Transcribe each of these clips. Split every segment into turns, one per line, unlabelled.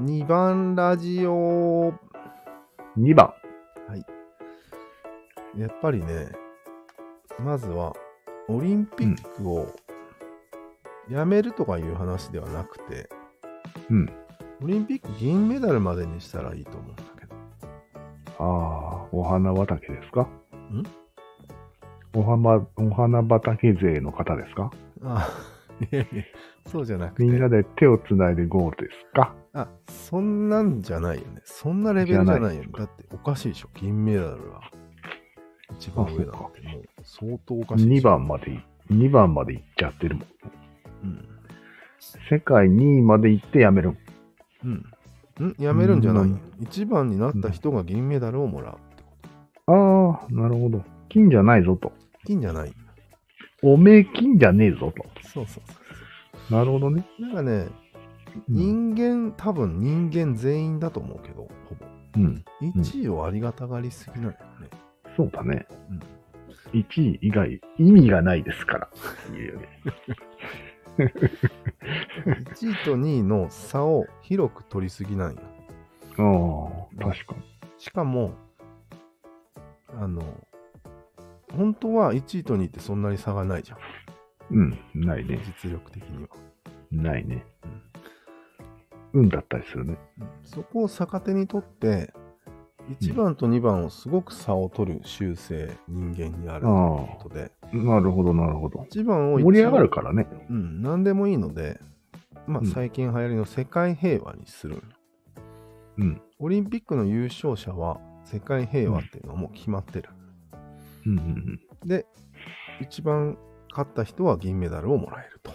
2番ラジオ。
2番。
やっぱりね、まずは、オリンピックをやめるとかいう話ではなくて、
うん。
オリンピック銀メダルまでにしたらいいと思うんだけど。
ああ、お花畑ですか
ん
お花、お花畑勢の方ですか
あいやいや、そうじゃなくて。
みんなで手をつないでゴールですか
あ、そんなんじゃないよね。そんなレベルじゃないよね
じゃないで。す
だっておかしいでしょ。銀メダルは。一番上なんて、もう相当おかしいでしょ。
?2 番までい、2番まで行っちゃってるもん。
うん。
世界2位まで行ってやめる。
うん。んやめるんじゃな
う
い
ん。
一番になった人が銀メダルをもらうってこと。
ああ、なるほど。金じゃないぞと。
銀じゃない。
おめえ金じゃねえぞと。
そうそうそう
なるほどね。
そう。なんかね、
うん。
人間、多分人間全員だと思うけど、ほぼ。
うん、
1位をありがたがりすぎないよね。
そうだね。
うん
1位以外、意味がないで すから。っていうね
1位と2位の差を広く取りすぎないよ。
ああ、確かに。
しかも、あの、本当は1位と2位ってそんなに差がないじゃん。
うん、ないね。
実力的には。
ないね。運だったりするね。
うんそこを逆手にとって、1番と2番をすごく差を取る習性、人間にあるということで、
なるほど、なるほど。
1番を一応
盛り上がる、からね。
うん、何でもいいので、まあ、
うん
最近流行りの世界平和にする。
うん。
オリンピックの優勝者は世界平和っていうのはもう決まってる。
うんうん
で、一番勝った人は銀メダルをもらえると。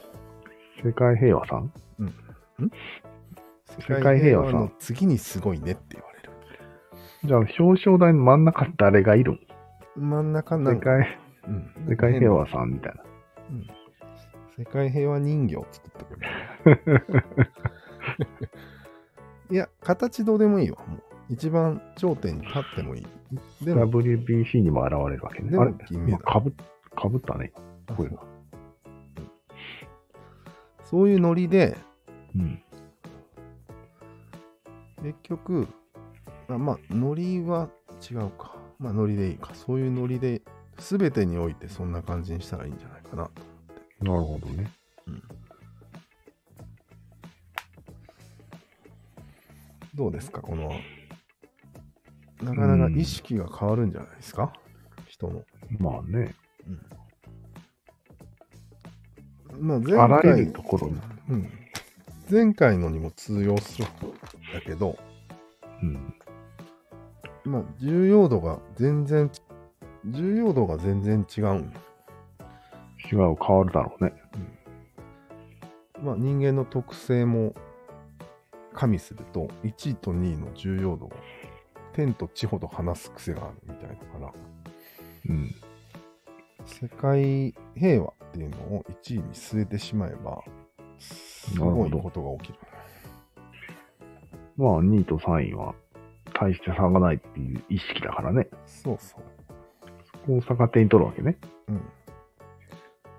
うん、世界平和さん
世
界平和さん
の次にすごいねって言われる。
じゃあ表彰台の真ん中誰がいるん
真ん中な
世
んか、
界
うん
世界平和さんみたいな。
世界平和人形を作ってくれ。 いや、形どうでもいいわ。もう一番頂点に立ってもいい。でも、
WBC にも現れるわけね。
で
あ
も
れ
銀メダル
かぶかぶったね。
あそう
こ
う
いうの
そういうノリで、
うん。
結局、あまあ、ノリは違うか。まあ、ノリでいいか。そういうノリで、全てにおいてそんな感じにしたらいいんじゃないかなと。
なるほどね。
どうですか、この、なかなか意識が変わるんじゃないですか、人の。
まあね。
まあ、前
あらゆ
回
るところに。
うん、前回のにも通用するんだけど、
うん。
まあ、重要度が全然、重要度が全然違うんよ
違う、変わるだろうね。
まあ、人間の特性も加味すると、1位と2位の重要度を天と地ほど話す癖があるみたいだから、
うん。
世界平和っていうのを1位に据えてしまえば、すごいことが起きる。
まあ2位と3位は大して差がないっていう意識だからね。
そうそう。
そこを逆手に取るわけね。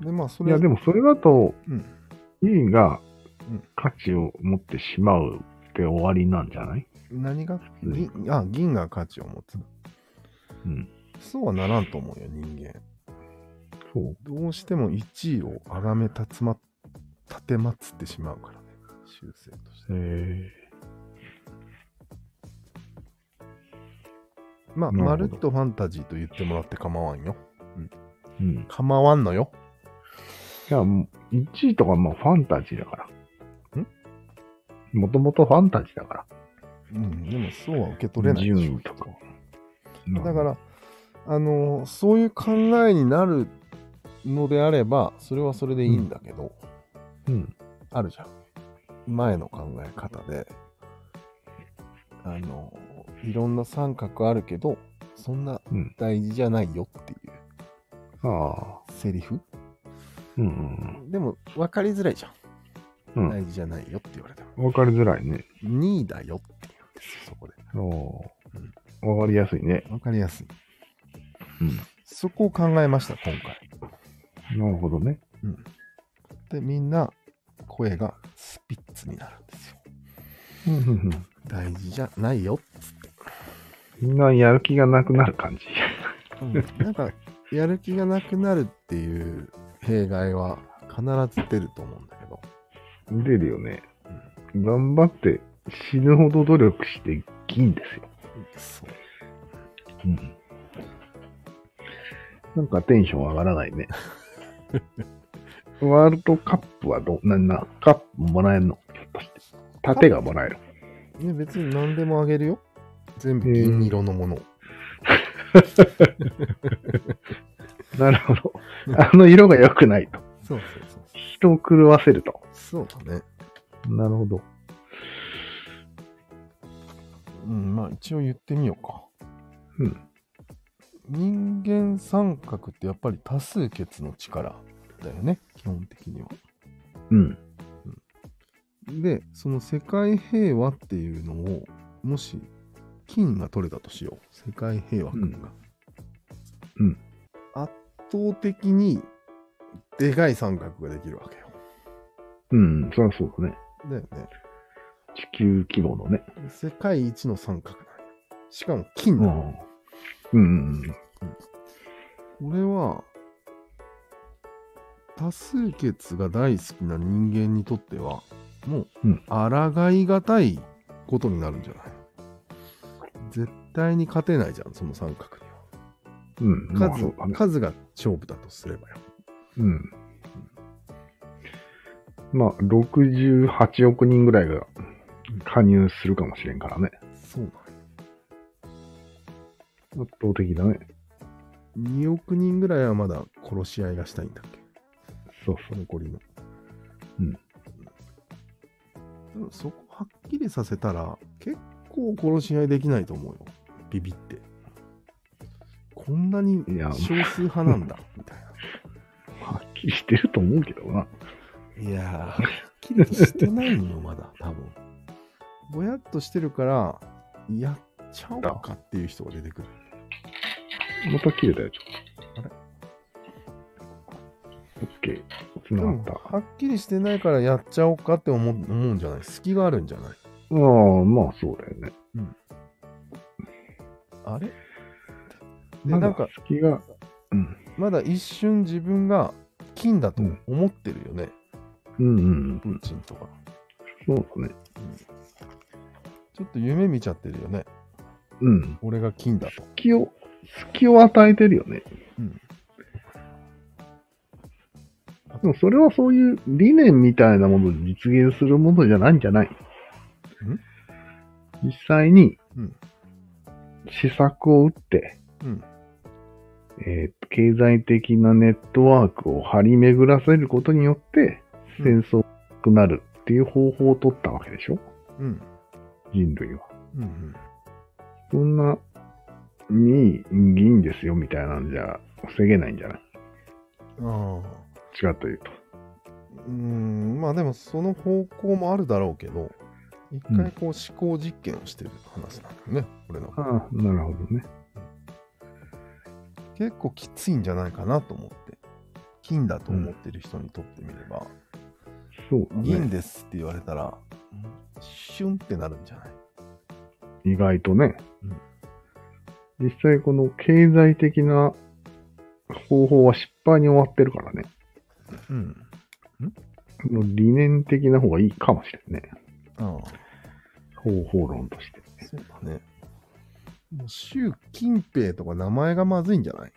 うん。で、まあ、そ
い
れ
やでもそれだと
うん。
2位が
うん
価値を持ってしまうって終わりなんじゃない、
何が
うん
銀あ、銀が価値を持つ。
うん、
そうはならんと思うよ、人間。
そう。
どうしても1位をあがめたつま、立てまつってしまうからね、修正として。
え
まあ、
なる
ま
ほど
るっとファンタジーと言ってもらって構わんよ。
うん。
構わんのよ。
じゃあもう1位とかもうファンタジーだから。
ん
もともとファンタジーだか
うん、でもそうは受け取れ
ら。
ない。
順位とか。
だか
うん、
ら、あのーそういう考えになるのであれば、それはそれでいいんだけど、
うん。
あるじゃん。前の考え方で、あのーいろんな三角あるけど、そんな
うん
大事じゃないよっていう
ああ。
セリフ
うんうん
でも分かりづらいじゃん。
うん。うん。
大事じゃないよって言われたら。
わかりづらいね。
2位だよって言うんですよ、そこで。
おーわかりやすいね。
分かりやすい。
うん。
そこを考えました、今回。
なるほどね。
で、みんな声がスピッツになるんですよ。
うんうん
大事じゃないよ。
うんみんなやる気がなくなる感じ。
うん、なんか、やる気がなくなるっていう弊害は必ず出ると思うんだけど。
出るよね。頑張って死ぬほど努力していきんですよ。
そう。
うん。なんかテンション上がらない ね。ワールドカップはど、な、な、カップもらえるのひょっとして。盾がもらえる。
ね、別に何でもあげるよ。全部銀色のものを。
なるほど。あの色が良くないと。
そうそうそう
人を狂わせると。
そう。そうだね。
なるほど。
うん、まあ一応言ってみようか。
うん。
人間三角ってやっぱり多数決の力だよね、基本的には。
うん。
で、その世界平和っていうのを、もし金が取れたとしよう。世界平和君が。
うんうん
圧倒的にでかい三角ができるわけよ。
うん、そりゃそうだね。
だよね。
地球規模のね。
世界一の三角なんよしかも金だ。
うん。うんうん
これは、多数決が大好きな人間にとっては、もう
う、
ん抗いがたいことになるんじゃない、絶対に勝てないじゃん、その三角には。
うん。うん。まあ
数,、
そうだね。
数が勝負だとすればよ。
うん。まあ、68億人ぐらいが加入するかもしれんからね。
そう
圧倒的だね。
なの。2億人ぐらいはまだ殺し合いがしたいんだっけ
そうそう。
残りの。
うん
うん。そこはっきりさせたら、結構殺し合いできないと思うよ。ビビって。こんなに
いや
少数派なんだ、みたい
はっきりしてると思うけどな。
な。いやー、 はっきりしてない のよ、まだ、多分。ぼやっとしてるから、やっちゃおうかっていう人が出てくる。
また切れたよ、ちょっと。
あれ
オッケー。
で
繋が
も
った。あ
はっきりしてないからやっちゃおうかって思う思うんじゃない隙があるんじゃない
あー、まあそうだよね。
あれで、
ま
な
だ
んか、
隙が、うん。
まだ一瞬自分が金だと思ってるよね、
うんうん
プーチンとか。
うん。そうだね。
ちょっと夢見ちゃってるよね。
うん。
俺が金だと。
隙を、隙を与えてるよね。
うん。
でもそれはそういう理念みたいなものを実現するものじゃないんじゃない実際に
うん、
施策を打って、
うん。
えー経済的なネットワークを張り巡らせることによって、
うん
戦争がなくなるっていう方法を取ったわけでしょ
うん。
人類は。
うん。
そんな、に、議員ですよみたいなんじゃ、防げないんじゃない
うん、ああ。
違うというと。
うーん。まあでもその方向もあるだろうけど、一回こう思考実験をしてる話なんだよね、俺の。
ああ、なるほどね。
結構きついんじゃないかなと思って。金だと思ってる人にとってみれば、
そうだね。
銀ですって言われたら、シュンってなるんじゃない
意外とね。実際この経済的な方法は失敗に終わってるからね。
うん。
この理念的な方がいいかもしれんね。
ああ。
方法論として。
そうだね。もう習近平とか名前がまずいんじゃない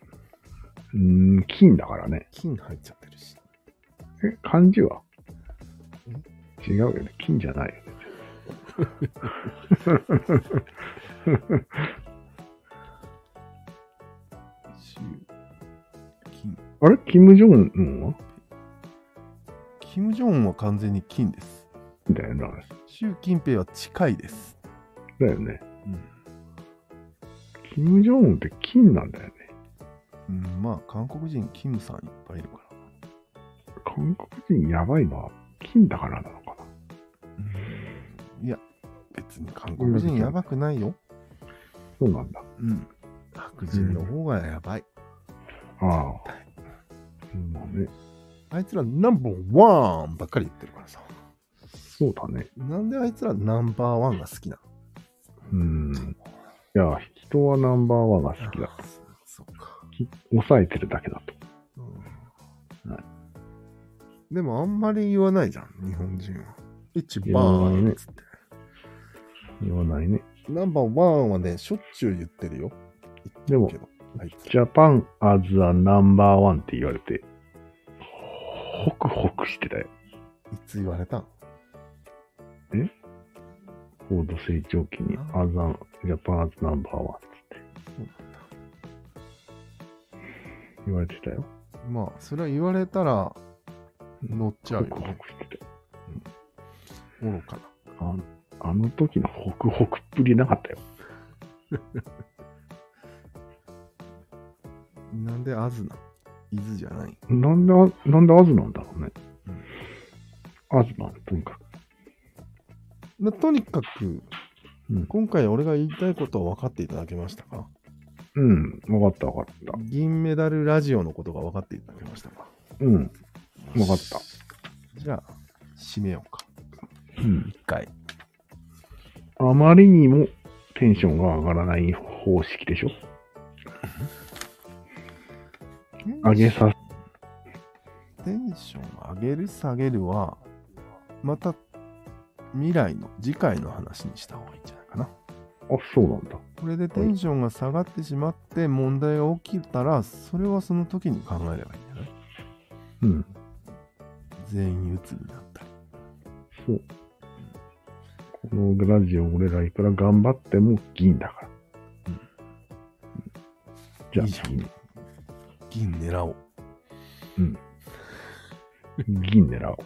う
ーん、金だからね。
金入っちゃってるし。
え、漢字は違うよね。金じゃないよね。
習金。
あれキム・ジョンウンは
キム・ジョンウンは完全に金です。
だよな。
習近平は近いです。
だよね。
うん。
キム・ジョンウンって金なんだよね。
うん、まあ、韓国人、キムさんいっぱいいるか
韓国人やばいのは金だからなのかな。
ら。いや、別に韓国人やばくないよ。
そうなんだ。
うん。白人の方がやばい。
ああ。まあね。
あいつらナンバーワンばっかり言ってるからさ。
そうだね。
なんであいつらナンバーワンが好きなの
うん。いや、人はナンバーワンが好きだ。
あそうか。
き抑えてるだけだと。
うん
はい
でもあんまり言わないじゃん、日本人は。一バーンっつって。
言わないね。
ナンバーワンはね、しょっちゅう言ってるよ。
でも
言ってるけどあいつ
ジャパンアズアナンバーワンって言われて、ホクホクしてたよ。
いつ言われたん
高度成長期にアズアン、ジャパンアズナンバーワンっつって。言われてたよ。
まあ、それは言われたら、乗っちゃ
ホ
う
ク
よ
ホ
ね。
クしてたよ。
愚かな。
あのあの時のホクホクっぷりなかったよ。
なんでアズな伊豆じゃない
なんであ、なんでアズなんだろうね
う。
アズなん、とにかく。
なとにかく、
うん
今回俺が言いたいことは分かっていただけましたか
うん、わかったわかった。
銀メダルラジオのことが分かっていただけましたか
うん、わかった。
じゃあ、締めようか。
うん。
一回。
あまりにもテンションが上がらない方式でしょ上げさ、
テンション上げる下げるは、また未来の次回の話にした方がいいんじゃないかな。
あ、そうなんだ。
これでテンションが下がってしまって問題が起きたら、それはその時に考えればいいんじゃない
うん、
全員鬱になったり。
そう。このラジオ俺らいくら頑張っても銀だから。うん
いいじ
じゃ
ゃ
あ
ん銀狙おう。
銀、銀狙おう。